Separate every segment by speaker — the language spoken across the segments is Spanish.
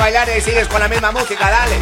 Speaker 1: bailar y sigues con la misma música, dale.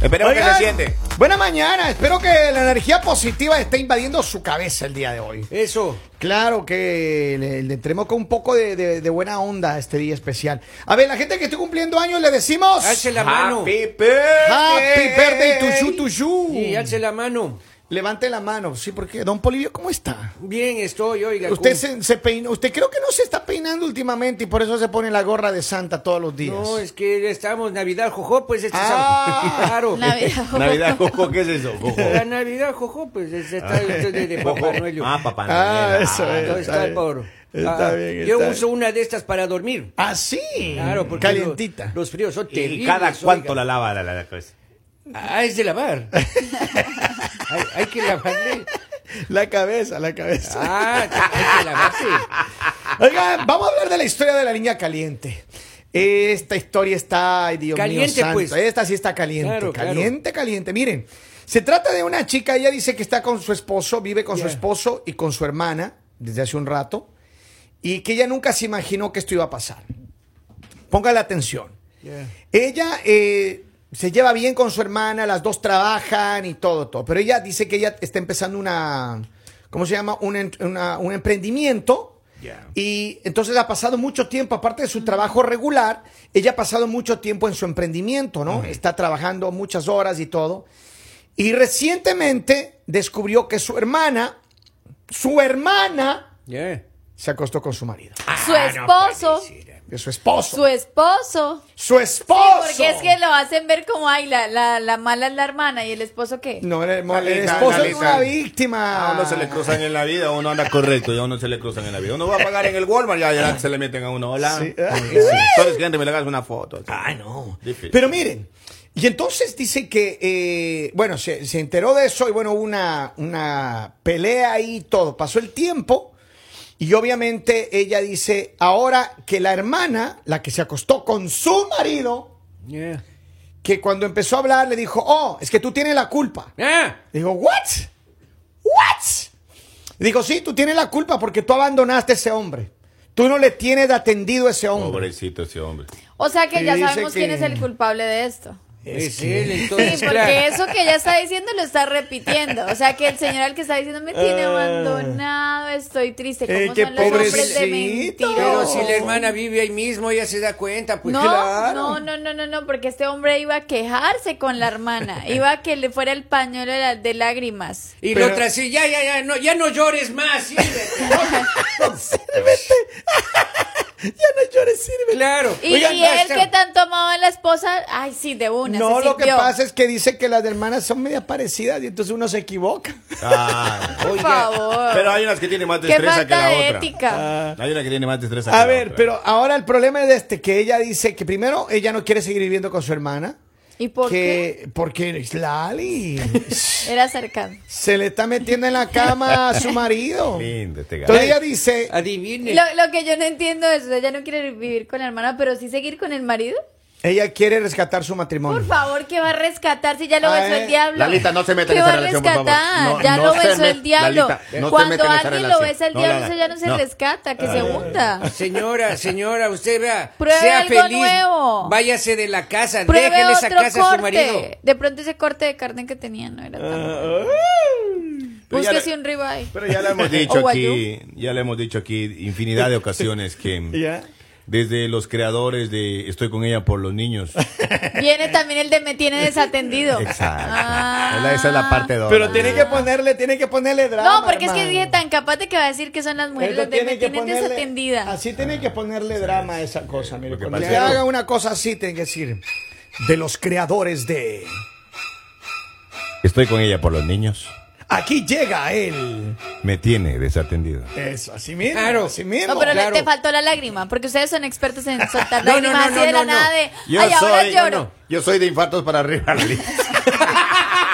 Speaker 1: Esperemos que
Speaker 2: Oigan,
Speaker 1: se siente.
Speaker 2: Buena mañana, espero que la energía positiva esté invadiendo su cabeza el día de hoy.
Speaker 3: Eso.
Speaker 2: Claro que le, le entremos con un poco de, de- de buena onda a este día especial. A ver, la gente que esté cumpliendo años le decimos
Speaker 3: Alce la mano.
Speaker 1: Happy birthday.
Speaker 2: Happy birthday to you, to you.
Speaker 3: Sí, alce la mano.
Speaker 2: Levante la mano, sí, porque Don Polivio, ¿cómo está?
Speaker 3: Bien estoy, oiga.
Speaker 2: Usted
Speaker 3: cum-
Speaker 2: se, se peinó, usted creo que no se está peinando últimamente y por eso se pone la gorra de Santa todos los días.
Speaker 3: No, es que ya estamos Navidad, jojo, pues este
Speaker 2: Ah.
Speaker 3: sábado. Claro.
Speaker 4: Navidad.
Speaker 1: Navidad, Jojo, ¿qué es eso? Jojo.
Speaker 3: La Navidad, jojo, pues este está usted de, de
Speaker 1: Jojo.
Speaker 3: Papá Noelio.
Speaker 1: Ah, papá.
Speaker 2: Ah,
Speaker 1: Noel.
Speaker 2: eso
Speaker 1: Ah,
Speaker 2: es.
Speaker 3: Entonces,
Speaker 2: está
Speaker 3: está
Speaker 2: bien.
Speaker 3: por-
Speaker 2: Está
Speaker 3: Ah,
Speaker 2: bien,
Speaker 3: Yo
Speaker 2: está
Speaker 3: uso una de estas para dormir.
Speaker 2: Ah, sí.
Speaker 3: Claro, porque
Speaker 2: Calientita.
Speaker 3: Los, los fríos son terribles.
Speaker 1: ¿Y cada cuánto
Speaker 3: oiga.
Speaker 1: la lava la, la, la cabeza?
Speaker 3: Ah, es de lavar. hay, hay que lavarle.
Speaker 2: La cabeza, la cabeza.
Speaker 3: Ah, hay que lavarse.
Speaker 2: Oigan, vamos a hablar de la historia de la niña caliente. Esta historia está, ay Dios
Speaker 3: Caliente,
Speaker 2: mío santo.
Speaker 3: pues.
Speaker 2: Esta sí está caliente,
Speaker 3: Claro, claro.
Speaker 2: caliente, caliente. Miren, se trata de una chica, ella dice que está con su esposo, vive con
Speaker 3: Ya.
Speaker 2: su esposo y con su hermana desde hace un rato, y que ella nunca se imaginó que esto iba a pasar. Póngale atención.
Speaker 3: Ya.
Speaker 2: Ella eh, se lleva bien con su hermana, las dos trabajan y todo, todo. Pero ella dice que ella está empezando una, ¿cómo se llama? Un, en- una- un emprendimiento.
Speaker 1: Ya.
Speaker 2: Y entonces ha pasado mucho tiempo, aparte de su trabajo regular, ella ha pasado mucho tiempo en su emprendimiento, ¿no? Está trabajando muchas horas y todo. Y recientemente descubrió que su hermana, su hermana,
Speaker 3: Ya.
Speaker 2: se acostó con su marido,
Speaker 4: Su esposo.
Speaker 2: de su esposo.
Speaker 4: Su esposo.
Speaker 2: su esposo.
Speaker 4: Porque es que lo hacen ver como ay, la, la, la mala es la hermana y el esposo qué.
Speaker 2: No, el, el
Speaker 1: Analiza,
Speaker 2: esposo es
Speaker 1: analiza.
Speaker 2: una víctima.
Speaker 1: A uno Ah, se le cruzan en la vida, uno anda correcto y a uno se le cruzan en la vida. Uno va a pagar en el Walmart ya, ya se le meten a uno. Hola.
Speaker 2: Sí.
Speaker 1: Sí. Entonces, gente, me le hagas una foto. así.
Speaker 2: Ah, no.
Speaker 1: Difícil.
Speaker 2: Pero miren, y entonces dice que, eh, bueno, se, se enteró de eso y bueno, hubo una, una pelea ahí y todo. Pasó el tiempo y obviamente ella dice, ahora que la hermana, la que se acostó con su marido,
Speaker 3: Ya.
Speaker 2: que cuando empezó a hablar le dijo, oh, es que tú tienes la culpa.
Speaker 3: Ah,
Speaker 2: Dijo, ¿what? ¿What? Dijo, sí, tú tienes la culpa porque tú abandonaste a ese hombre. Tú no le tienes atendido a ese hombre.
Speaker 1: Pobrecito ese hombre.
Speaker 4: O sea que
Speaker 2: Y
Speaker 4: ya
Speaker 2: dice
Speaker 4: sabemos quién
Speaker 2: que-
Speaker 4: es el culpable de esto.
Speaker 3: es él,
Speaker 4: Sí,
Speaker 3: entonces.
Speaker 4: porque
Speaker 3: claro.
Speaker 4: eso que ella está diciendo lo está repitiendo. O sea que el señor al que está diciendo me tiene abandonado, estoy triste. ¿Cómo
Speaker 2: Eh, qué
Speaker 4: son los hombres de
Speaker 2: pobrecito.
Speaker 4: mentirosos?
Speaker 3: Pero si la hermana vive ahí mismo, ella se da cuenta, pues
Speaker 4: no,
Speaker 3: claro.
Speaker 4: no, no, no, no, no, porque este hombre iba a quejarse con la hermana, iba a que le fuera el pañuelo de, la- de lágrimas.
Speaker 3: Y la otra sí, ya, ya, ya, no, ya no llores más. sí,
Speaker 2: Ya no llores, sirve.
Speaker 3: claro.
Speaker 4: Y,
Speaker 2: Oigan,
Speaker 4: y
Speaker 2: no,
Speaker 4: él
Speaker 3: este-
Speaker 4: que tanto amaba a la esposa, ay sí, de una.
Speaker 2: No,
Speaker 4: se
Speaker 2: lo que
Speaker 4: sirvió.
Speaker 2: pasa es que dice que las hermanas son media parecidas y entonces uno se equivoca.
Speaker 1: Ah,
Speaker 4: Por
Speaker 1: oye.
Speaker 4: favor.
Speaker 1: Pero hay unas que tienen más
Speaker 4: Qué
Speaker 1: destreza que
Speaker 4: falta
Speaker 1: la
Speaker 4: de
Speaker 1: otra. Ah,
Speaker 4: ética.
Speaker 1: Hay una que tiene más destreza que
Speaker 2: Ah. A
Speaker 1: la
Speaker 2: ver,
Speaker 1: otra.
Speaker 2: pero ahora el problema es este, que ella dice que primero ella no quiere seguir viviendo con su hermana.
Speaker 4: ¿Y por
Speaker 2: que, Porque es Lali
Speaker 4: Era cercano.
Speaker 2: se le está metiendo en la cama a su marido.
Speaker 1: Lindo este gato.
Speaker 2: Entonces ella dice,
Speaker 3: Adivine.
Speaker 4: Lo, lo que yo no entiendo es, ella no quiere vivir con la hermana, pero sí seguir con el marido.
Speaker 2: ella quiere rescatar su matrimonio.
Speaker 4: Por favor, que va a rescatar si ya
Speaker 2: Mm.
Speaker 4: lo
Speaker 2: Ah,
Speaker 4: besó
Speaker 2: eh.
Speaker 4: el diablo.
Speaker 1: Lalita, no se meta en
Speaker 4: ¿Qué
Speaker 1: esa
Speaker 4: va a
Speaker 1: relación, por favor.
Speaker 4: rescatar?
Speaker 1: No,
Speaker 4: ya
Speaker 1: no
Speaker 4: lo
Speaker 1: se
Speaker 4: besó
Speaker 1: met-
Speaker 4: el diablo.
Speaker 1: Lalita, no se
Speaker 4: Cuando
Speaker 1: meta en esa
Speaker 4: alguien lo
Speaker 1: relación.
Speaker 4: besa el
Speaker 1: No,
Speaker 4: diablo,
Speaker 1: Lala,
Speaker 4: eso ya no se
Speaker 1: no.
Speaker 4: rescata, que se hunda.
Speaker 3: Señora, señora, usted vea,
Speaker 4: Pruebe
Speaker 3: sea
Speaker 4: algo
Speaker 3: feliz,
Speaker 4: nuevo.
Speaker 3: váyase de la casa,
Speaker 4: Pruebe
Speaker 3: déjele esa
Speaker 4: otro
Speaker 3: casa a su marido.
Speaker 4: corte. De pronto ese corte de carne que tenía no era tan
Speaker 2: Ah.
Speaker 4: bueno.
Speaker 1: Pero ya
Speaker 4: Búsquese
Speaker 1: le-
Speaker 4: un ribeye.
Speaker 1: Pero ya lo hemos dicho
Speaker 2: Oh,
Speaker 4: O guayú.
Speaker 1: aquí, ya lo hemos dicho aquí infinidad de ocasiones que
Speaker 2: Ya.
Speaker 1: desde los creadores de Estoy con ella por los niños.
Speaker 4: Viene también el de me tiene desatendido.
Speaker 1: Exacto.
Speaker 4: Ah.
Speaker 1: Esa- Esa es la parte dos.
Speaker 2: Pero tiene que ponerle, tiene que ponerle drama.
Speaker 4: No, porque es que
Speaker 2: hermano.
Speaker 4: dije tan capaz de que va a decir que son las mujeres
Speaker 2: Eso
Speaker 4: las de me tienen
Speaker 2: ponerle-
Speaker 4: desatendida.
Speaker 2: Así tiene que ponerle drama a esa cosa, mire.
Speaker 1: Lo que
Speaker 2: Cuando
Speaker 1: pasa
Speaker 2: usted
Speaker 1: es que-
Speaker 2: haga una cosa así, tiene que decir. De los creadores de.
Speaker 1: Estoy con ella por los niños.
Speaker 2: Aquí llega él.
Speaker 1: Me tiene desatendido.
Speaker 2: Eso, así mismo.
Speaker 3: Claro.
Speaker 2: Así mismo.
Speaker 4: No, pero
Speaker 3: claro.
Speaker 4: le te faltó la lágrima, porque ustedes son expertos en soltar
Speaker 3: No, no,
Speaker 4: lágrimas
Speaker 3: no,
Speaker 4: así
Speaker 3: no,
Speaker 4: de la
Speaker 3: no,
Speaker 4: nada
Speaker 3: no.
Speaker 4: de,
Speaker 1: Yo
Speaker 4: ay, ahora
Speaker 1: soy,
Speaker 4: lloro.
Speaker 1: no, no, yo soy de infartos para arriba. Lali.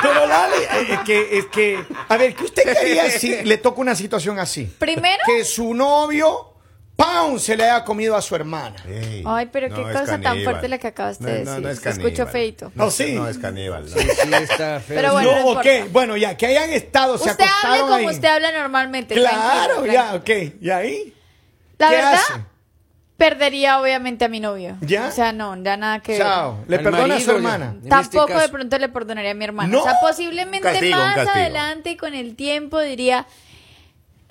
Speaker 2: Pero dale. eh, Es que, es que. A ver, ¿qué usted quería si le toca una situación así?
Speaker 4: Primero,
Speaker 2: Que su novio, ¡pam! se le haya comido a su hermana.
Speaker 1: Ey,
Speaker 4: Ay, pero qué
Speaker 1: es
Speaker 4: cosa tan
Speaker 1: caníbal.
Speaker 4: fuerte la que acabaste de decir. Se escuchó
Speaker 1: caníbal.
Speaker 4: feito.
Speaker 1: No,
Speaker 2: Oh, sí.
Speaker 1: no es caníbal. no.
Speaker 3: Sí, está feo.
Speaker 4: Pero bueno,
Speaker 2: No,
Speaker 4: no
Speaker 2: ok.
Speaker 4: importa.
Speaker 2: Bueno, ya, que hayan estado, se
Speaker 4: usted habla
Speaker 2: acostaron
Speaker 4: como
Speaker 2: ahí.
Speaker 4: usted habla normalmente.
Speaker 2: Claro,
Speaker 4: tranquilo,
Speaker 2: ya,
Speaker 4: tranquilo.
Speaker 2: ok. ¿Y ahí?
Speaker 4: La
Speaker 2: ¿Qué
Speaker 4: verdad,
Speaker 2: hace?
Speaker 4: perdería obviamente a mi novio.
Speaker 2: ¿Ya?
Speaker 4: O sea, no, ya nada que ver.
Speaker 2: Chao. Le
Speaker 3: Al
Speaker 2: perdona a su
Speaker 3: marido,
Speaker 2: hermana.
Speaker 3: ya. En
Speaker 4: Tampoco
Speaker 3: este caso.
Speaker 4: de pronto le perdonaría a mi hermana.
Speaker 2: ¡No!
Speaker 4: O sea, posiblemente
Speaker 1: Un castigo, un
Speaker 4: más
Speaker 1: castigo.
Speaker 4: adelante y con el tiempo diría,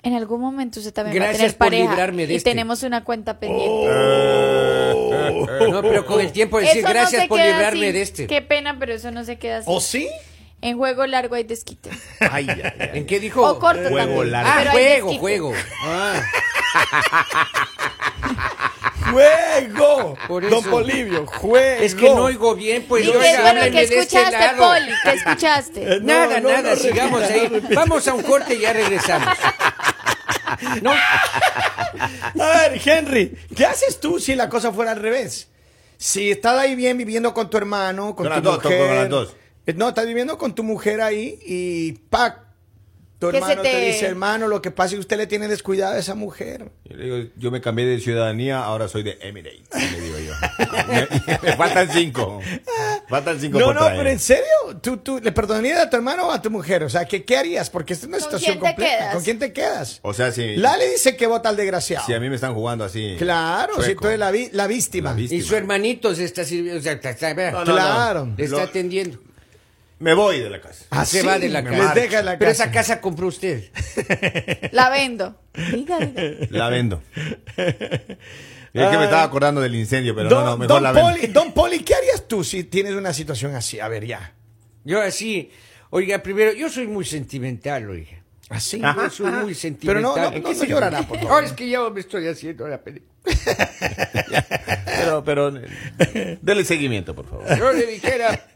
Speaker 4: en algún momento usted también va a
Speaker 3: Gracias
Speaker 4: tener
Speaker 3: por
Speaker 4: pareja
Speaker 3: librarme de
Speaker 4: y
Speaker 3: este.
Speaker 4: tenemos una cuenta pendiente.
Speaker 3: No, pero con el tiempo decir
Speaker 4: Eso no
Speaker 3: pues gracias
Speaker 4: se
Speaker 3: por
Speaker 4: queda
Speaker 3: librarme
Speaker 4: así.
Speaker 3: de este.
Speaker 4: Qué pena, pero eso no se queda así.
Speaker 2: ¿O sí?
Speaker 4: En juego largo hay desquite.
Speaker 1: Ay, ay, ay.
Speaker 3: ¿En qué dijo?
Speaker 4: O corto
Speaker 1: Juego
Speaker 4: también.
Speaker 1: largo.
Speaker 3: Ah,
Speaker 4: pero hay
Speaker 3: juego,
Speaker 4: desquite.
Speaker 3: juego. Ah,
Speaker 2: ¡Juego!
Speaker 3: Por
Speaker 2: Don
Speaker 3: eso.
Speaker 2: Polivio, juego.
Speaker 3: es que no oigo bien, pues
Speaker 4: Y
Speaker 3: yo
Speaker 4: que, bueno,
Speaker 3: háblenme
Speaker 4: ¿qué
Speaker 3: de este
Speaker 4: escuchaste,
Speaker 3: lado.
Speaker 4: Poli? ¿Qué
Speaker 2: No,
Speaker 4: escuchaste?
Speaker 3: Nada,
Speaker 2: no,
Speaker 3: nada,
Speaker 2: no
Speaker 3: sigamos
Speaker 2: repita,
Speaker 3: ahí.
Speaker 2: no repita.
Speaker 3: Vamos a un corte y ya regresamos. No,
Speaker 2: A ver, Henry, ¿qué haces tú si la cosa fuera al revés? Si estás ahí bien viviendo con tu hermano,
Speaker 1: Con
Speaker 2: con, tu
Speaker 1: las dos,
Speaker 2: mujer.
Speaker 1: con las dos.
Speaker 2: Eh, No, estás viviendo con tu mujer ahí y pac, tu
Speaker 4: Que se
Speaker 2: hermano te...
Speaker 4: te-
Speaker 2: dice, hermano, lo que pasa es que usted le tiene descuidado a esa mujer.
Speaker 1: Yo, le digo, yo me cambié de ciudadanía, ahora soy de Emirates, le digo yo. me, me faltan cinco. Faltan cinco
Speaker 2: No,
Speaker 1: por
Speaker 2: no,
Speaker 1: traer.
Speaker 2: pero en serio, ¿Tú, tú le perdonarías a tu hermano o a tu mujer? O sea, ¿qué, qué harías? Porque esta es una
Speaker 4: ¿Con
Speaker 2: situación
Speaker 4: quién te
Speaker 2: completa.
Speaker 4: quedas?
Speaker 2: ¿Con quién te quedas?
Speaker 1: O sea, si,
Speaker 2: Lale dice que vota al desgraciado.
Speaker 1: si a mí me están jugando así.
Speaker 2: Claro, si
Speaker 1: chueco.
Speaker 2: tú eres la, vi- la víctima.
Speaker 1: La víctima.
Speaker 3: y su hermanito se está sirviendo. o sea, está- está-
Speaker 1: No, no, no.
Speaker 2: Claro.
Speaker 3: Le está
Speaker 1: Lo-
Speaker 3: atendiendo.
Speaker 1: Me voy de la casa.
Speaker 2: Ah,
Speaker 3: se
Speaker 2: sí,
Speaker 3: va de la
Speaker 2: me
Speaker 3: casa.
Speaker 2: Les deja la
Speaker 3: Pero
Speaker 2: casa.
Speaker 3: esa casa compró usted.
Speaker 4: La vendo. Diga, diga.
Speaker 1: La vendo. Y es que me estaba acordando del incendio, pero
Speaker 2: Don,
Speaker 1: no, no, mejor
Speaker 2: Don
Speaker 1: la vendo.
Speaker 2: Poli, Don Poli, ¿qué harías tú si tienes una situación así? A ver, ya.
Speaker 3: Yo así, oiga, primero, yo soy muy sentimental, oiga.
Speaker 2: Así.
Speaker 3: Yo soy muy
Speaker 2: Pero
Speaker 3: sentimental.
Speaker 2: no, no,
Speaker 3: ¿En
Speaker 2: no,
Speaker 3: qué
Speaker 2: no
Speaker 3: se-
Speaker 2: llorará, por
Speaker 3: Ahora
Speaker 2: favor.
Speaker 3: es que ya me estoy haciendo la película.
Speaker 1: Pero, pero, eh, dele seguimiento, por favor.
Speaker 3: Yo le dijera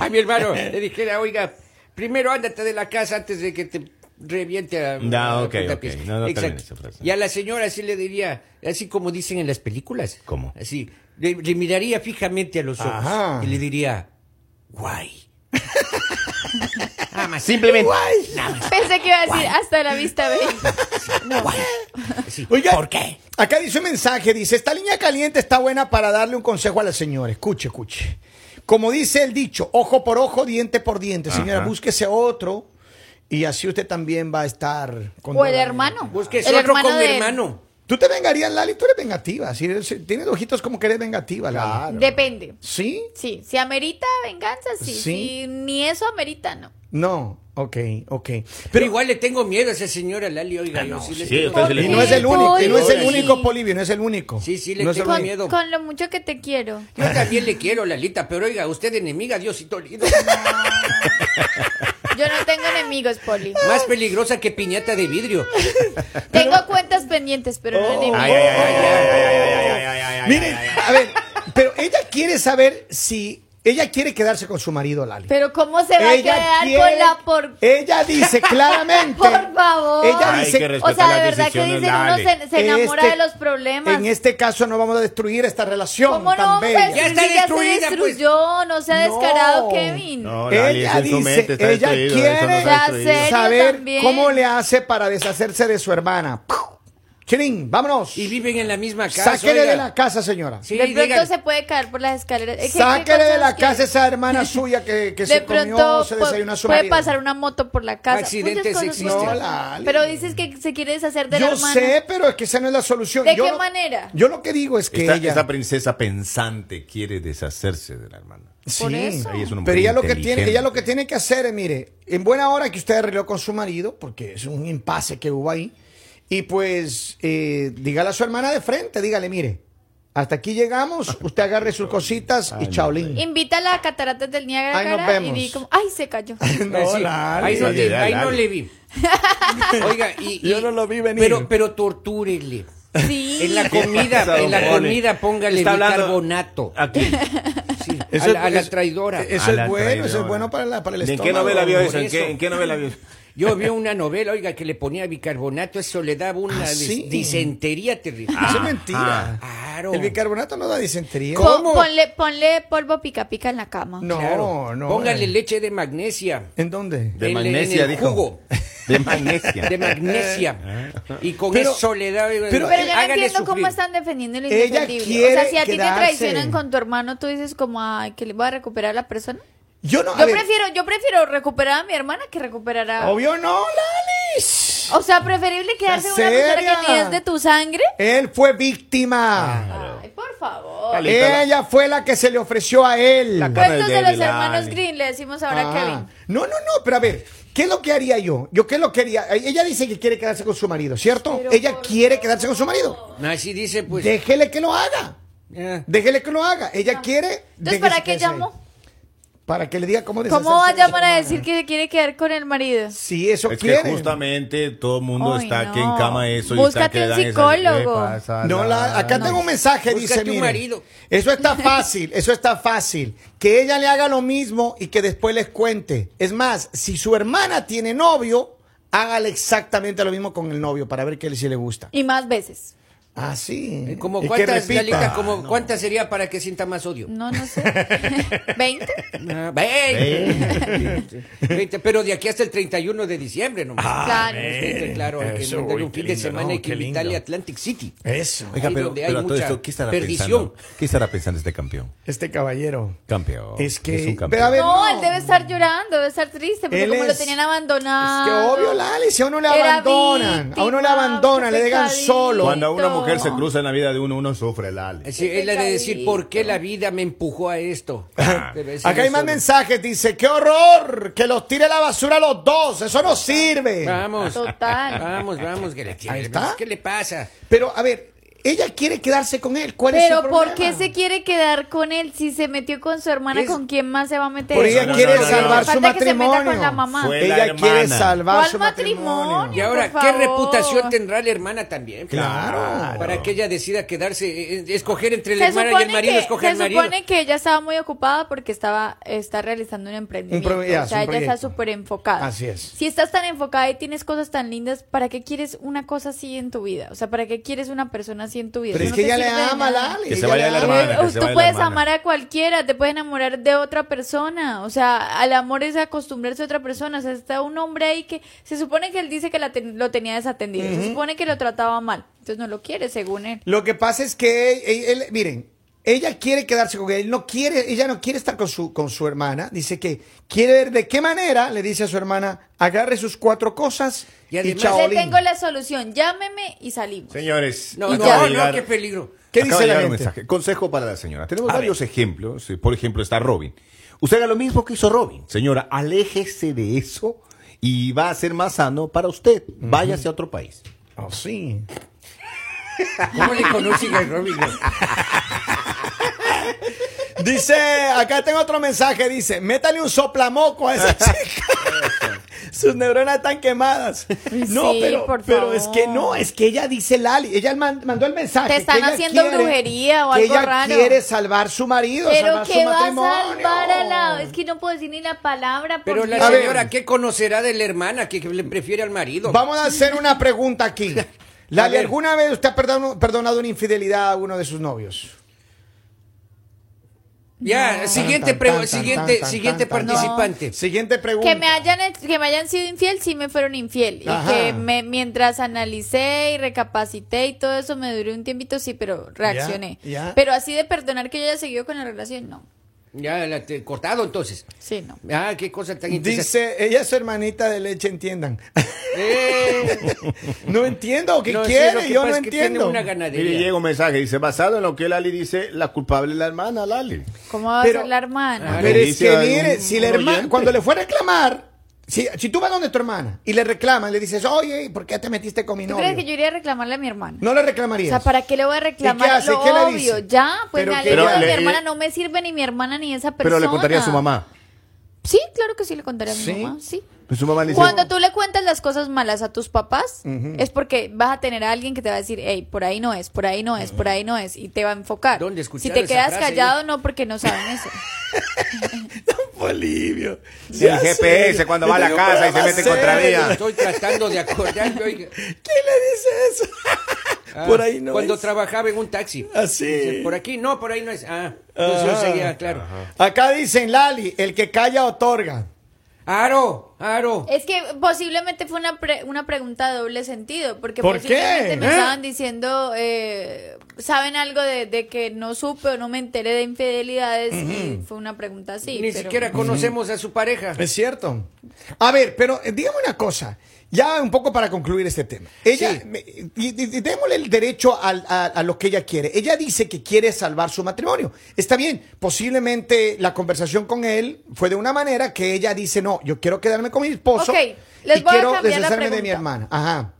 Speaker 3: a mi hermano, le dijera, oiga, primero ándate de la casa antes de que te reviente a
Speaker 1: No,
Speaker 3: a la
Speaker 1: ok,
Speaker 3: puta
Speaker 1: ok.
Speaker 3: pizca.
Speaker 1: No, no
Speaker 3: Exacto.
Speaker 1: termine esa frase.
Speaker 3: Y a la señora sí le diría, así como dicen en las películas.
Speaker 1: ¿Cómo?
Speaker 3: Así, le, le miraría fijamente a los ojos
Speaker 2: Ajá.
Speaker 3: y le diría, guay. Nada más.
Speaker 1: Simplemente.
Speaker 4: Pensé que iba a decir hasta la vista, ve.
Speaker 3: Así.
Speaker 2: Oiga,
Speaker 3: ¿Por qué?
Speaker 2: Acá dice un mensaje, dice, esta línea caliente está buena para darle un consejo a la señora. Escuche, escuche. Como dice el dicho, ojo por ojo, diente por diente. Señora,
Speaker 1: Ajá.
Speaker 2: búsquese otro y así usted también va a estar con
Speaker 4: O el
Speaker 2: dolor.
Speaker 4: hermano.
Speaker 3: Busques
Speaker 4: El
Speaker 3: otro
Speaker 4: hermano
Speaker 3: con mi
Speaker 4: de él.
Speaker 3: hermano.
Speaker 2: Tú te vengarías, Lali, tú eres vengativa. Si eres- si tienes ojitos como que eres vengativa, Lali.
Speaker 4: Depende.
Speaker 2: ¿Sí?
Speaker 4: Sí, si amerita venganza, sí.
Speaker 2: Sí.
Speaker 4: Si ni eso amerita, no.
Speaker 2: No, ok, ok.
Speaker 3: Pero igual le tengo miedo a esa señora Lali, oiga, yo sí, le
Speaker 1: Ah, sí,
Speaker 3: tengo
Speaker 1: usted sí le-
Speaker 2: Y no es el único, y no es el
Speaker 1: Poli.
Speaker 2: único, Polivio, no es el único.
Speaker 3: Sí, sí, le
Speaker 2: No es el
Speaker 3: tengo
Speaker 4: Con,
Speaker 2: único.
Speaker 3: miedo.
Speaker 4: con lo mucho que te quiero.
Speaker 3: Yo también le quiero, Lalita, pero oiga, usted enemiga, Diosito lindo.
Speaker 4: Yo no tengo enemigos, Poli.
Speaker 3: Más peligrosa que piñata de vidrio.
Speaker 4: Tengo cuentas pendientes, pero no enemigos.
Speaker 1: Ay, ay, ay, ay, ay, ay, ay, ay, ay, ay, ay, ay,
Speaker 2: Miren,
Speaker 1: ay,
Speaker 2: a ver, pero ella quiere saber si ella quiere quedarse con su marido, Lali.
Speaker 4: Pero ¿cómo se va a quedar con la por...
Speaker 2: Ella dice claramente.
Speaker 4: Por favor.
Speaker 2: Ella
Speaker 1: Ay,
Speaker 2: dice.
Speaker 1: qué re-
Speaker 4: O sea, de
Speaker 1: las
Speaker 4: verdad que
Speaker 1: decisiones,
Speaker 4: dicen uno
Speaker 1: dale.
Speaker 4: se, se enamora
Speaker 2: este-
Speaker 4: de los problemas.
Speaker 2: En este caso no vamos a destruir esta relación
Speaker 4: ¿Cómo no
Speaker 2: tan
Speaker 4: vamos
Speaker 2: bella.
Speaker 4: a
Speaker 3: Ya
Speaker 4: destruir?
Speaker 3: está
Speaker 4: Ya, se
Speaker 3: destruida, pues.
Speaker 4: destruyó, no se ha
Speaker 2: No.
Speaker 4: descarado, Kevin.
Speaker 1: No, Lali,
Speaker 2: Ella
Speaker 1: eso es su
Speaker 2: dice,
Speaker 1: mente, está
Speaker 2: ella
Speaker 1: destruido,
Speaker 2: quiere
Speaker 1: eso no está
Speaker 4: Ya
Speaker 1: destruido.
Speaker 4: sé.
Speaker 2: saber
Speaker 4: también.
Speaker 2: cómo le hace para deshacerse de su hermana. Chirín, vámonos.
Speaker 3: Y viven en la misma casa.
Speaker 2: Sáquele
Speaker 3: oiga.
Speaker 2: de la casa, señora.
Speaker 3: Sí,
Speaker 4: de pronto
Speaker 3: digan,
Speaker 4: se puede caer por las escaleras. Es que- Eh, ¿qué
Speaker 2: Sáquele de la
Speaker 4: cosas que-
Speaker 2: casa esa hermana suya que, que
Speaker 4: De
Speaker 2: se comió,
Speaker 4: pronto
Speaker 2: se
Speaker 4: pu-
Speaker 2: desayunó a su
Speaker 4: puede
Speaker 2: marido.
Speaker 4: pasar una moto por la casa.
Speaker 3: Accidentes
Speaker 4: Muchas cosas
Speaker 3: existen.
Speaker 4: pasan.
Speaker 2: No, Lali.
Speaker 4: Pero dices que se quiere deshacer de la
Speaker 2: Yo
Speaker 4: hermana.
Speaker 2: sé, pero es que esa no es la solución.
Speaker 4: ¿De
Speaker 2: Yo
Speaker 4: qué
Speaker 2: lo-
Speaker 4: manera?
Speaker 2: Yo lo que digo es que
Speaker 1: Esta,
Speaker 2: ella...
Speaker 1: esta princesa pensante quiere deshacerse de la hermana.
Speaker 4: Por eso.
Speaker 1: Ahí es una mujer
Speaker 2: Pero ella lo que tiene,
Speaker 1: inteligente.
Speaker 2: ella lo que tiene que hacer es, mire, en buena hora que usted arregló con su marido, porque es un impasse que hubo ahí, y pues eh, dígale a su hermana de frente, dígale, mire, hasta aquí llegamos, usted agarre sus cositas y chaolín.
Speaker 4: Invítala a Cataratas del Niágara
Speaker 2: Ay, nos
Speaker 4: cara, y
Speaker 2: vemos.
Speaker 4: di como, ay, se cayó.
Speaker 2: No,
Speaker 3: así,
Speaker 2: Lali.
Speaker 3: ahí no,
Speaker 1: Dale,
Speaker 3: le,
Speaker 1: dale,
Speaker 3: ahí no
Speaker 1: dale.
Speaker 3: le vi. Oiga, y, y-
Speaker 2: Yo no lo vi venir.
Speaker 3: Pero, pero tortúrele.
Speaker 4: Sí.
Speaker 3: En la comida,
Speaker 1: Pasado,
Speaker 3: en la
Speaker 1: Poli.
Speaker 3: comida póngale
Speaker 1: Está hablando-
Speaker 3: bicarbonato.
Speaker 1: Aquí.
Speaker 3: Sí,
Speaker 2: Ah, Eso
Speaker 3: a,
Speaker 2: es-
Speaker 3: la, a la
Speaker 2: es-
Speaker 3: traidora.
Speaker 2: Eso
Speaker 1: A
Speaker 2: es
Speaker 1: la
Speaker 2: bueno,
Speaker 1: traidora.
Speaker 2: eso es bueno para la- para el
Speaker 1: ¿En qué
Speaker 2: estómago,
Speaker 1: novela vio eso?
Speaker 3: por
Speaker 1: ¿En qué,
Speaker 3: eso.
Speaker 1: en qué novela vio eso?
Speaker 3: Yo vi una novela, oiga, que le ponía bicarbonato, eso le daba una
Speaker 2: Ah,
Speaker 3: dis-
Speaker 2: sí.
Speaker 3: disentería terrible.
Speaker 2: Eso es mentira.
Speaker 3: Claro.
Speaker 2: El bicarbonato no da disentería.
Speaker 4: Po-
Speaker 3: ¿Cómo?
Speaker 4: Ponle, ponle polvo pica pica en la cama.
Speaker 2: No,
Speaker 3: Claro.
Speaker 2: no.
Speaker 3: Póngale
Speaker 2: eh.
Speaker 3: leche de magnesia.
Speaker 2: ¿En dónde?
Speaker 1: De
Speaker 3: En-
Speaker 1: magnesia,
Speaker 3: en el
Speaker 1: dijo.
Speaker 3: jugo.
Speaker 1: De magnesia.
Speaker 3: de magnesia. Y con
Speaker 2: Pero-
Speaker 3: eso le da.
Speaker 2: pero-
Speaker 4: Pero yo no
Speaker 3: eh, hágale
Speaker 4: entiendo
Speaker 3: sufrir.
Speaker 4: cómo están defendiendo lo
Speaker 2: Ella
Speaker 4: indefendible.
Speaker 2: quiere
Speaker 4: O sea, si a ti te
Speaker 2: quedarse.
Speaker 4: traicionan con tu hermano, tú dices como, ay, que le va a recuperar a la persona.
Speaker 2: Yo no. a
Speaker 4: Yo
Speaker 2: ver, Oh,
Speaker 4: prefiero, yo prefiero recuperar a mi hermana que recuperar a...
Speaker 2: Obvio no, Lalis.
Speaker 4: O sea, preferible quedarse con una persona
Speaker 2: seria?
Speaker 4: que ni es de tu sangre.
Speaker 2: Él fue víctima.
Speaker 4: Ay, por favor.
Speaker 1: Dale. Lita,
Speaker 2: Ella fue la que se le ofreció a él.
Speaker 1: La cara
Speaker 4: Cuentos
Speaker 1: de
Speaker 4: de los
Speaker 1: Debbie
Speaker 4: hermanos
Speaker 1: Lally.
Speaker 4: Green, le decimos ahora a
Speaker 2: Ah.
Speaker 4: Kevin.
Speaker 2: No, no, no, pero a ver, ¿qué es lo que haría yo? Yo qué es lo que haría. Ella dice que quiere quedarse con su marido, ¿cierto?
Speaker 4: Pero
Speaker 2: ella
Speaker 4: por
Speaker 2: quiere quedarse con su marido.
Speaker 3: Así dice, pues.
Speaker 2: Déjele que lo haga.
Speaker 3: ah,
Speaker 2: Déjele que lo haga. Ella quiere.
Speaker 4: Ah. Entonces,
Speaker 2: déjese
Speaker 4: ¿para qué
Speaker 2: quedarse ahí.
Speaker 4: llamó?
Speaker 2: Para que le diga cómo deshacerse
Speaker 4: ¿Cómo va a
Speaker 2: de su
Speaker 4: llamar a
Speaker 2: hermana.
Speaker 4: decir que quiere quedar con el marido?
Speaker 2: Sí, eso
Speaker 1: Es que
Speaker 2: quiere.
Speaker 1: justamente todo el mundo
Speaker 4: Ay,
Speaker 1: está que
Speaker 4: no.
Speaker 1: encama eso. y está
Speaker 4: Búscate
Speaker 1: que
Speaker 4: un
Speaker 1: dan esa-
Speaker 4: psicólogo.
Speaker 1: ¿Qué pasa?
Speaker 2: No, la- acá tengo un mensaje,
Speaker 3: Busca
Speaker 2: dice,
Speaker 3: tu
Speaker 2: mire,
Speaker 3: marido.
Speaker 2: eso está fácil, eso está fácil. Que ella le haga lo mismo y que después les cuente. Es más, si su hermana tiene novio, hágale exactamente lo mismo con el novio para ver qué le- si le gusta.
Speaker 4: Y más veces.
Speaker 2: Ah, sí.
Speaker 3: ¿Como
Speaker 2: Y que
Speaker 3: cuántas,
Speaker 2: repita.
Speaker 3: Lalita, como, ¿Cuántas sería para que sienta más odio?
Speaker 4: No, no sé. ¿20?
Speaker 3: Ah, veinte. Veinte, Pero de aquí hasta el 31 de diciembre nomás.
Speaker 2: Ah,
Speaker 4: claro.
Speaker 3: Veinte, claro, hay que
Speaker 5: eso,
Speaker 3: mandar
Speaker 5: uy,
Speaker 3: un
Speaker 5: qué
Speaker 3: fin de
Speaker 5: lindo,
Speaker 3: semana
Speaker 5: ¿no?
Speaker 3: hay que
Speaker 5: Qué lindo.
Speaker 3: invitarle a Atlantic City.
Speaker 2: Eso,
Speaker 1: Oiga,
Speaker 3: Ahí
Speaker 1: pero,
Speaker 3: donde hay
Speaker 1: pero a todo
Speaker 3: mucha
Speaker 1: esto, ¿qué estará
Speaker 3: perdición.
Speaker 1: pensando? ¿Qué estará pensando este campeón?
Speaker 2: este caballero.
Speaker 1: Campeón.
Speaker 2: Es que-
Speaker 1: un campeón.
Speaker 2: pero a ver,
Speaker 4: No,
Speaker 2: no.
Speaker 4: él debe estar llorando, debe estar triste, porque
Speaker 2: Él
Speaker 4: como lo
Speaker 2: es-
Speaker 4: tenían
Speaker 2: Es
Speaker 4: abandonado.
Speaker 2: que obvio, Lali, si a uno le
Speaker 4: Era
Speaker 2: abandonan, a uno le
Speaker 4: víctima,
Speaker 2: abandonan, le
Speaker 4: qué
Speaker 2: dejan
Speaker 4: pecadito.
Speaker 2: solo.
Speaker 1: Cuando a una
Speaker 4: Bonito.
Speaker 1: mujer se cruza en la vida de uno, uno sufre, Lali.
Speaker 3: Sí,
Speaker 4: Qué
Speaker 3: es la de decir,
Speaker 4: pecadito.
Speaker 3: ¿por qué la vida me empujó a esto? Pero ese
Speaker 2: Acá hay
Speaker 3: no
Speaker 2: más
Speaker 3: es
Speaker 2: mensajes, dice, qué horror, que los tire a la basura a los dos, eso no sirve.
Speaker 3: solo. Vamos.
Speaker 4: Total.
Speaker 3: Vamos, vamos, que le tiene-
Speaker 2: Ahí está.
Speaker 3: ¿Qué le pasa?
Speaker 2: Pero, a ver, ella quiere quedarse con él. ¿Cuál es
Speaker 4: Pero
Speaker 2: su
Speaker 4: ¿por
Speaker 2: problema?
Speaker 4: qué se quiere quedar con él? Si se metió con su hermana,
Speaker 3: Es-
Speaker 4: ¿con quién más se va a meter?
Speaker 2: Porque ella
Speaker 1: No, no,
Speaker 2: quiere
Speaker 1: no, no,
Speaker 2: salvar
Speaker 1: no.
Speaker 2: su
Speaker 4: Falta que se meta
Speaker 2: matrimonio.
Speaker 4: con la mamá.
Speaker 1: Fue la
Speaker 2: Ella quiere
Speaker 1: hermana.
Speaker 2: salvar
Speaker 4: ¿Cuál
Speaker 2: su matrimonio.
Speaker 4: matrimonio?
Speaker 3: Y ahora,
Speaker 4: por
Speaker 3: ¿qué
Speaker 4: favor.
Speaker 3: reputación tendrá la hermana también?
Speaker 1: Claro.
Speaker 3: Para que ella decida quedarse, eh, eh, escoger entre la
Speaker 4: Se
Speaker 3: hermana y
Speaker 4: supone,
Speaker 3: el marido,
Speaker 4: que,
Speaker 3: escoger
Speaker 4: se
Speaker 3: el marido.
Speaker 4: supone que ella estaba muy ocupada porque estaba está realizando un emprendimiento.
Speaker 2: Un pro- ya,
Speaker 4: o sea,
Speaker 2: un
Speaker 4: ella está
Speaker 2: proyecto.
Speaker 4: súper enfocada.
Speaker 2: Así es.
Speaker 4: Si estás tan enfocada y tienes cosas tan lindas, ¿para qué quieres una cosa así en tu vida? O sea, ¿para qué quieres una persona así en tu vida?
Speaker 2: Pero es
Speaker 4: Eso
Speaker 2: que
Speaker 4: no te
Speaker 2: ella le
Speaker 4: sirve de
Speaker 2: ama,
Speaker 4: nada.
Speaker 2: Lali.
Speaker 1: Que se
Speaker 2: ella
Speaker 1: vaya
Speaker 2: le
Speaker 1: la
Speaker 2: ama.
Speaker 1: hermana.
Speaker 4: Pero
Speaker 1: que se
Speaker 4: tú
Speaker 1: vaya la
Speaker 4: puedes
Speaker 1: hermana.
Speaker 4: amar a cualquiera, te puedes enamorar de otra persona. O sea, al amor es acostumbrarse a otra persona. O sea, está un hombre ahí que se supone que él dice que la ten- lo tenía desatendido, se supone que lo trataba mal. Entonces no lo quiere, según él.
Speaker 2: Lo que pasa es que, él- él- él- miren, ella quiere quedarse con él, no quiere, ella no quiere estar con su, con su hermana. Dice que quiere ver de qué manera, le dice a su hermana, agarre sus cuatro cosas
Speaker 3: Y
Speaker 2: y,
Speaker 3: además-
Speaker 4: Le
Speaker 2: chaolín.
Speaker 4: tengo la solución, llámeme y salimos.
Speaker 1: Señores,
Speaker 3: No,
Speaker 1: acaba
Speaker 3: no,
Speaker 1: de llegar-
Speaker 3: no, qué peligro.
Speaker 2: ¿Qué
Speaker 1: Acaba
Speaker 2: dice
Speaker 1: de
Speaker 2: la
Speaker 1: llegar un
Speaker 2: gente?
Speaker 1: mensaje. Consejo para la señora. Tenemos varios ejemplos. Eh, Por ejemplo, está Robin. Usted haga lo mismo que hizo Robin. Señora, aléjese de eso y va a ser más sano para usted. Váyase a otro país.
Speaker 2: Oh, sí.
Speaker 3: ¿Cómo le conocen a Robin?
Speaker 2: Dice, acá tengo otro mensaje, dice, métale un soplamoco a esa chica. Sus neuronas están quemadas. No,
Speaker 4: Sí,
Speaker 2: pero,
Speaker 4: por
Speaker 2: pero es que
Speaker 4: favor.
Speaker 2: no, es que ella dice Lali, ella man- mandó el mensaje.
Speaker 4: Te están
Speaker 2: que ella
Speaker 4: haciendo
Speaker 2: quiere-
Speaker 4: brujería o
Speaker 2: que
Speaker 4: algo
Speaker 2: ella
Speaker 4: raro.
Speaker 2: quiere salvar su marido,
Speaker 4: Pero
Speaker 2: salvar
Speaker 4: que
Speaker 2: su
Speaker 4: va a
Speaker 2: matrimonio.
Speaker 4: salvar a la... Es que no puedo decir ni la palabra.
Speaker 3: Pero
Speaker 4: porque-
Speaker 3: la
Speaker 2: A ver.
Speaker 3: señora, ¿qué conocerá de la hermana que que le prefiere al marido?
Speaker 2: Vamos a hacer una pregunta aquí.
Speaker 3: A
Speaker 2: Lali,
Speaker 3: ver.
Speaker 2: ¿alguna vez usted ha perdonado, perdonado una infidelidad a uno de sus novios?
Speaker 3: Ya, siguiente
Speaker 2: Tan, tan,
Speaker 3: pregu-
Speaker 2: tan,
Speaker 3: siguiente,
Speaker 2: tan, tan,
Speaker 3: siguiente
Speaker 2: tan, tan.
Speaker 3: participante.
Speaker 2: Siguiente pregunta.
Speaker 4: Que me hayan hecho- que me hayan sido infiel sí me fueron infiel
Speaker 2: Ajá.
Speaker 4: y que me, mientras analicé y recapacité y todo eso me duró un tiempito sí pero reaccioné
Speaker 2: Ya, ya.
Speaker 4: pero así de perdonar que yo haya seguido con la relación no
Speaker 3: Ya, la te- cortado entonces.
Speaker 4: sí no
Speaker 3: Ah, qué cosa tan interesante.
Speaker 2: Dice, ella es su hermanita de leche, entiendan.
Speaker 3: Eh,
Speaker 2: No entiendo qué
Speaker 3: no, sí,
Speaker 2: quiere,
Speaker 3: lo que
Speaker 2: yo
Speaker 3: pasa
Speaker 2: no
Speaker 3: es que tiene
Speaker 2: entiendo.
Speaker 3: una
Speaker 1: Mire,
Speaker 3: ganadería.
Speaker 1: llega un mensaje. Dice, basado en lo que Lali dice, la culpable es la hermana, Lali.
Speaker 4: cómo va
Speaker 2: Pero-
Speaker 4: a ser la hermana
Speaker 3: Ah,
Speaker 2: Pero es
Speaker 1: dice
Speaker 2: que
Speaker 1: algún-
Speaker 2: mire, si la
Speaker 1: un
Speaker 2: hermana,
Speaker 1: oyente.
Speaker 2: cuando le fue a reclamar, si, si tú vas donde tu hermana y le reclamas, le dices, oye, ¿por qué te metiste con mi
Speaker 4: tú
Speaker 2: novio?
Speaker 4: crees que yo iría a reclamarle a mi hermana
Speaker 2: No le
Speaker 4: o
Speaker 2: reclamarías.
Speaker 4: sea, ¿para qué le voy a reclamar
Speaker 2: qué hace?
Speaker 4: lo
Speaker 2: ¿Qué le dice?
Speaker 4: obvio? Ya, pues
Speaker 2: Pero
Speaker 4: me
Speaker 2: que-
Speaker 4: alegro
Speaker 1: Pero
Speaker 4: de mi
Speaker 1: le-
Speaker 4: hermana, no me sirve ni mi hermana ni esa persona.
Speaker 1: Pero le contaría a su mamá.
Speaker 4: Sí, claro que sí le contaría a mi
Speaker 2: ¿Sí?
Speaker 4: mamá, sí.
Speaker 1: Pues su mamá le dice,
Speaker 4: Cuando tú le cuentas las cosas malas a tus papás, es porque vas a tener a alguien que te va a decir, hey, por ahí no es, por ahí no es, por ahí no es, y te va a enfocar.
Speaker 3: ¿Dónde
Speaker 4: si
Speaker 3: escucharon
Speaker 4: te
Speaker 3: esa
Speaker 4: quedas
Speaker 3: frase,
Speaker 4: callado, no, porque no saben eso.
Speaker 2: Bolivio.
Speaker 1: Sí, el GPS cuando va a la casa y se mete contra
Speaker 3: Ay,
Speaker 1: ella.
Speaker 3: Estoy tratando de acordarme, oiga.
Speaker 2: ¿Quién le dice eso?
Speaker 3: Ah,
Speaker 2: Por ahí no.
Speaker 3: Cuando
Speaker 2: es.
Speaker 3: trabajaba en un taxi.
Speaker 2: Así.
Speaker 3: Dice, Por aquí no, por ahí no es. Ah, entonces yo
Speaker 2: Ajá.
Speaker 3: seguía, claro.
Speaker 2: Acá dicen, Lali, el que calla otorga.
Speaker 3: Aro, aro.
Speaker 4: es que posiblemente fue una, pre- una pregunta de doble sentido, porque
Speaker 2: ¿Por
Speaker 4: posiblemente
Speaker 2: qué?
Speaker 4: me
Speaker 2: ¿Eh?
Speaker 4: estaban diciendo, eh, saben algo de, de que no supe o no me enteré de infidelidades, y fue una pregunta así.
Speaker 3: Ni
Speaker 4: pero-
Speaker 3: siquiera conocemos a su pareja.
Speaker 2: Es cierto. A ver, pero eh, dígame una cosa. Ya un poco para concluir este tema. Ella, me- y- y- y démosle el derecho al- a, a lo que ella quiere. Ella dice que quiere salvar su matrimonio. Está bien, posiblemente la conversación con él fue de una manera que ella dice, no, yo quiero quedarme con mi esposo
Speaker 4: Ok, les
Speaker 2: y
Speaker 4: voy a
Speaker 2: quiero
Speaker 4: cambiar la
Speaker 2: deshacerme de mi
Speaker 4: pregunta.
Speaker 2: hermana. Ajá.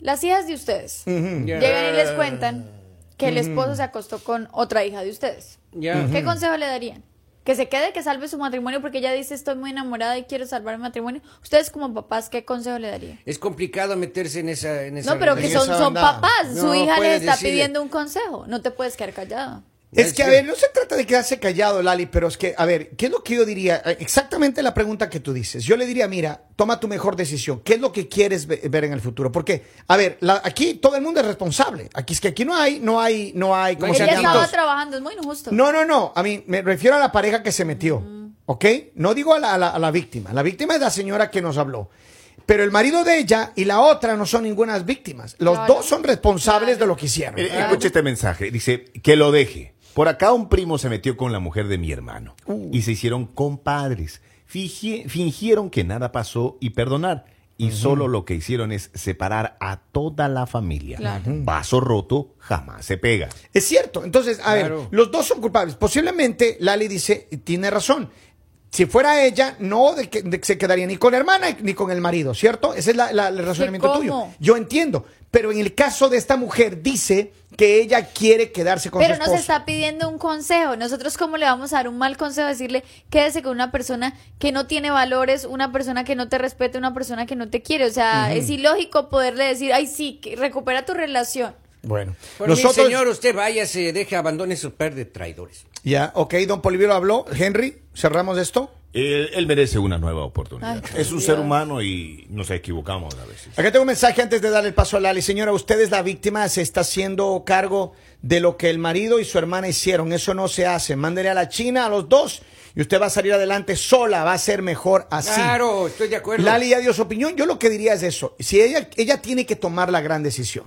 Speaker 4: Las hijas de ustedes
Speaker 3: Ya.
Speaker 4: llegan y les cuentan que
Speaker 3: Mm.
Speaker 4: el esposo se acostó con otra hija de ustedes.
Speaker 3: Ya.
Speaker 4: ¿Qué consejo le darían? Que se quede, que salve su matrimonio, porque ella dice estoy muy enamorada y quiero salvar mi matrimonio. Ustedes como papás, ¿qué consejo le darían?
Speaker 3: Es complicado meterse en esa. En esa
Speaker 4: No, pero que
Speaker 2: en
Speaker 3: relación.
Speaker 4: son,
Speaker 2: esa
Speaker 4: son
Speaker 2: bandada.
Speaker 4: papás.
Speaker 3: No,
Speaker 4: su hija
Speaker 3: puedes
Speaker 4: les está
Speaker 3: decirle.
Speaker 4: pidiendo un consejo. No te puedes quedar callado.
Speaker 2: Es que, a
Speaker 3: Sí.
Speaker 2: ver, no se trata de quedarse callado, Lali, pero es que, a ver, ¿qué es lo que yo diría? Eh, Exactamente la pregunta que tú dices. Yo le diría, mira, toma tu mejor decisión. ¿Qué es lo que quieres ve- ver en el futuro? Porque, a ver, la- aquí todo el mundo es responsable. Aquí es que aquí no hay, no hay, no hay,
Speaker 3: O
Speaker 2: ¿cómo
Speaker 3: hay sea,
Speaker 4: ella
Speaker 2: se
Speaker 3: llantos.
Speaker 4: estaba
Speaker 2: llama?
Speaker 4: trabajando, es muy injusto.
Speaker 2: No, no, no. A mí me refiero a la pareja que se metió. ¿Ok? No digo a la, a la- a la víctima. La víctima es la señora que nos habló. Pero el marido de ella y la otra no son ninguna víctimas. Los
Speaker 4: Claro.
Speaker 2: dos son responsables
Speaker 4: Claro.
Speaker 2: de lo que hicieron.
Speaker 1: Mire,
Speaker 4: Ah.
Speaker 1: Escuche este mensaje. Dice, que lo deje. Por acá un primo se metió con la mujer de mi hermano.
Speaker 4: Uh.
Speaker 1: Y se hicieron compadres. Fiji- fingieron que nada pasó y perdonar. Y solo lo que hicieron es separar a toda la familia.
Speaker 4: Claro.
Speaker 1: Vaso roto jamás se pega.
Speaker 2: Es cierto. Entonces, a
Speaker 3: Claro.
Speaker 2: ver, los dos son culpables. Posiblemente Lali dice, y tiene razón. Si fuera ella, no de que, de que se quedaría ni con la hermana ni con el marido, ¿cierto? Ese es la- la- el razonamiento
Speaker 4: cómo?
Speaker 2: tuyo. Yo entiendo. Pero en el caso de esta mujer, dice que ella quiere quedarse con
Speaker 4: Pero
Speaker 2: su
Speaker 4: nos
Speaker 2: esposo.
Speaker 4: está pidiendo un consejo. Nosotros, ¿cómo le vamos a dar un mal consejo? Decirle, quédese con una persona que no tiene valores, una persona que no te respeta, una persona que no te quiere. O sea, es ilógico poderle decir, ay, sí, que recupera tu relación.
Speaker 2: Bueno,
Speaker 3: Por mí,
Speaker 2: nosotros...
Speaker 3: señor, usted vaya, se deje, abandone su par de traidores.
Speaker 2: Ya, ok, don Polivero habló. Henry, cerramos esto.
Speaker 1: Él, él merece una nueva oportunidad.
Speaker 4: Ay, por
Speaker 1: es un
Speaker 4: Dios.
Speaker 1: ser humano y nos equivocamos a veces.
Speaker 2: Acá tengo un mensaje antes de darle el paso a Lali. Señora, usted es la víctima, se está haciendo cargo de lo que el marido y su hermana hicieron. Eso no se hace. Mándele a la China a los dos y usted va a salir adelante sola. Va a ser mejor así.
Speaker 3: Claro, estoy de acuerdo.
Speaker 2: Lali ya dio su opinión. Yo lo que diría es eso. Si ella, ella tiene que tomar la gran decisión.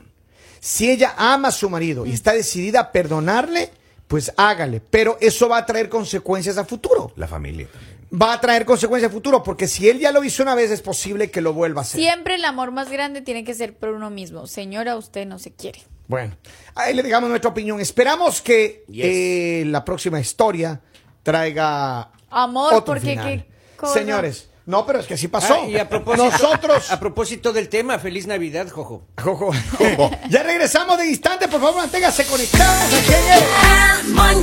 Speaker 2: Si ella ama a su marido y está decidida a perdonarle, pues hágale. Pero eso va a traer consecuencias a futuro.
Speaker 1: La familia también.
Speaker 2: Va a traer consecuencias a futuro, porque si él ya lo hizo una vez, es posible que lo vuelva a hacer.
Speaker 4: Siempre el amor más grande tiene que ser por uno mismo. Señora, usted no se quiere.
Speaker 2: Bueno, ahí le digamos nuestra opinión. Esperamos que
Speaker 3: Yes.
Speaker 2: eh, la próxima historia traiga
Speaker 4: Amor,
Speaker 2: otro
Speaker 4: porque
Speaker 2: final.
Speaker 4: qué cosa.
Speaker 2: Señores, no, pero es que sí pasó.
Speaker 3: Ah, y a propósito,
Speaker 2: Nosotros.
Speaker 3: A propósito del tema, feliz Navidad, Jojo.
Speaker 2: Jojo. ya regresamos de instante, por favor, manténgase conectados. aquí en el-
Speaker 5: El